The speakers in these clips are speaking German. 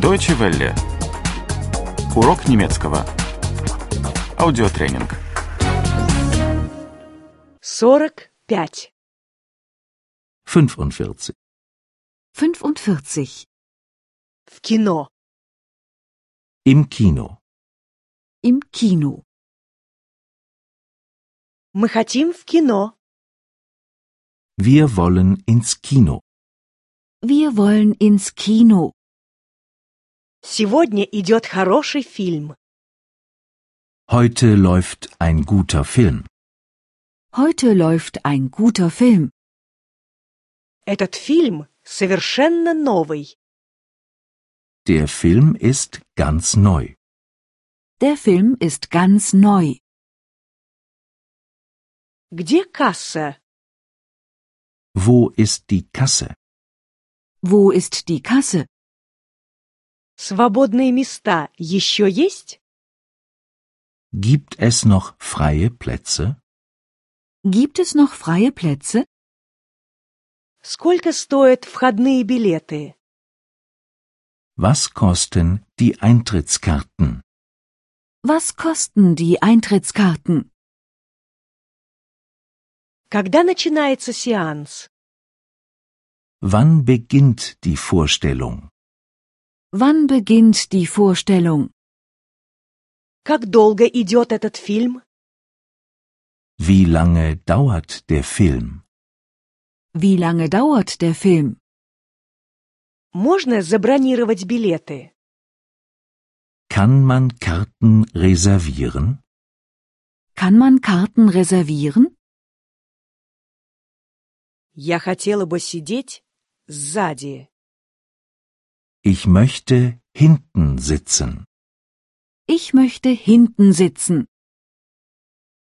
Deutsche Welle. Урок немецкого. Аудиотренинг. 45. 45. 45. В кино. Im Kino. Im Kino. Мы хотим в кино. Wir wollen ins Kino. Wir wollen ins Kino. Сегодня идет хороший фильм. Heute läuft ein guter Film. Heute läuft ein guter Film. Этот фильм совершенно новый. Der Film ist ganz neu. Der Film ist ganz neu. Где касса? Wo ist die Kasse? Wo ist die Kasse? Свободные места еще есть? Gibt es noch freie Plätze? Gibt es noch freie Plätze? Сколько стоят входные билеты? Was kosten die Eintrittskarten? Was kosten die Eintrittskarten? Когда начинается сеанс? Wann beginnt die Vorstellung? Wann beginnt die Vorstellung? Как долго идет этот фильм? Wie lange dauert der Film? Wie lange dauert der Film? Можно забронировать билеты? Kann man Karten reservieren? Kann man Karten reservieren? Я хотела бы сидеть сзади. Ich möchte hinten sitzen. Ich möchte hinten sitzen.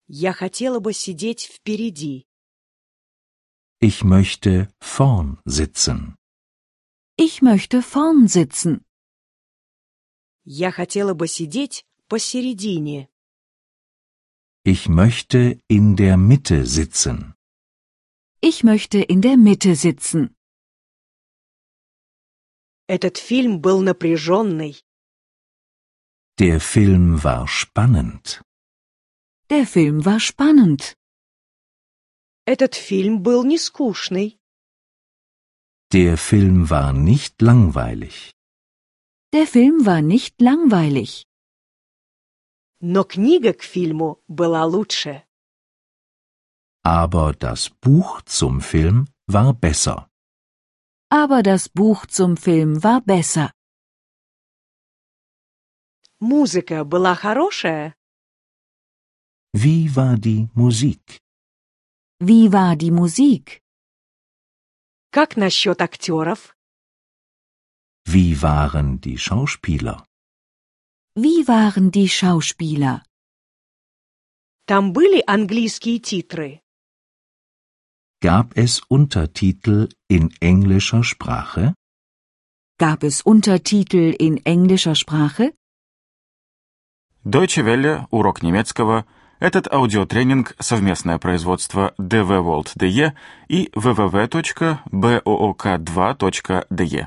Я хотела бы сидеть впереди. Ich möchte vorn sitzen. Ich möchte vorn sitzen. Я хотела бы сидеть посередине. Ich möchte in der Mitte sitzen. Ich möchte in der Mitte sitzen. Этот фильм был напряженный. Der Film war spannend. Der Film war spannend. Этот фильм был не скучный. Der Film war nicht langweilig. Der Film war nicht langweilig. Но книга к фильму была лучше. Aber das Buch zum Film war besser. Aber das Buch zum Film war besser. Музыка была хорошая. Wie war die Musik? Wie war die Musik? Как насчет актеров? Wie waren die Schauspieler? Wie waren die Schauspieler? Там были английские титры. Gab es Untertitel in englischer Sprache? Gab es Untertitel in englischer Sprache? Deutsche Welle. Урок немецкого. Этот аудиотренинг – совместное производство DW World DE и www.book2.de.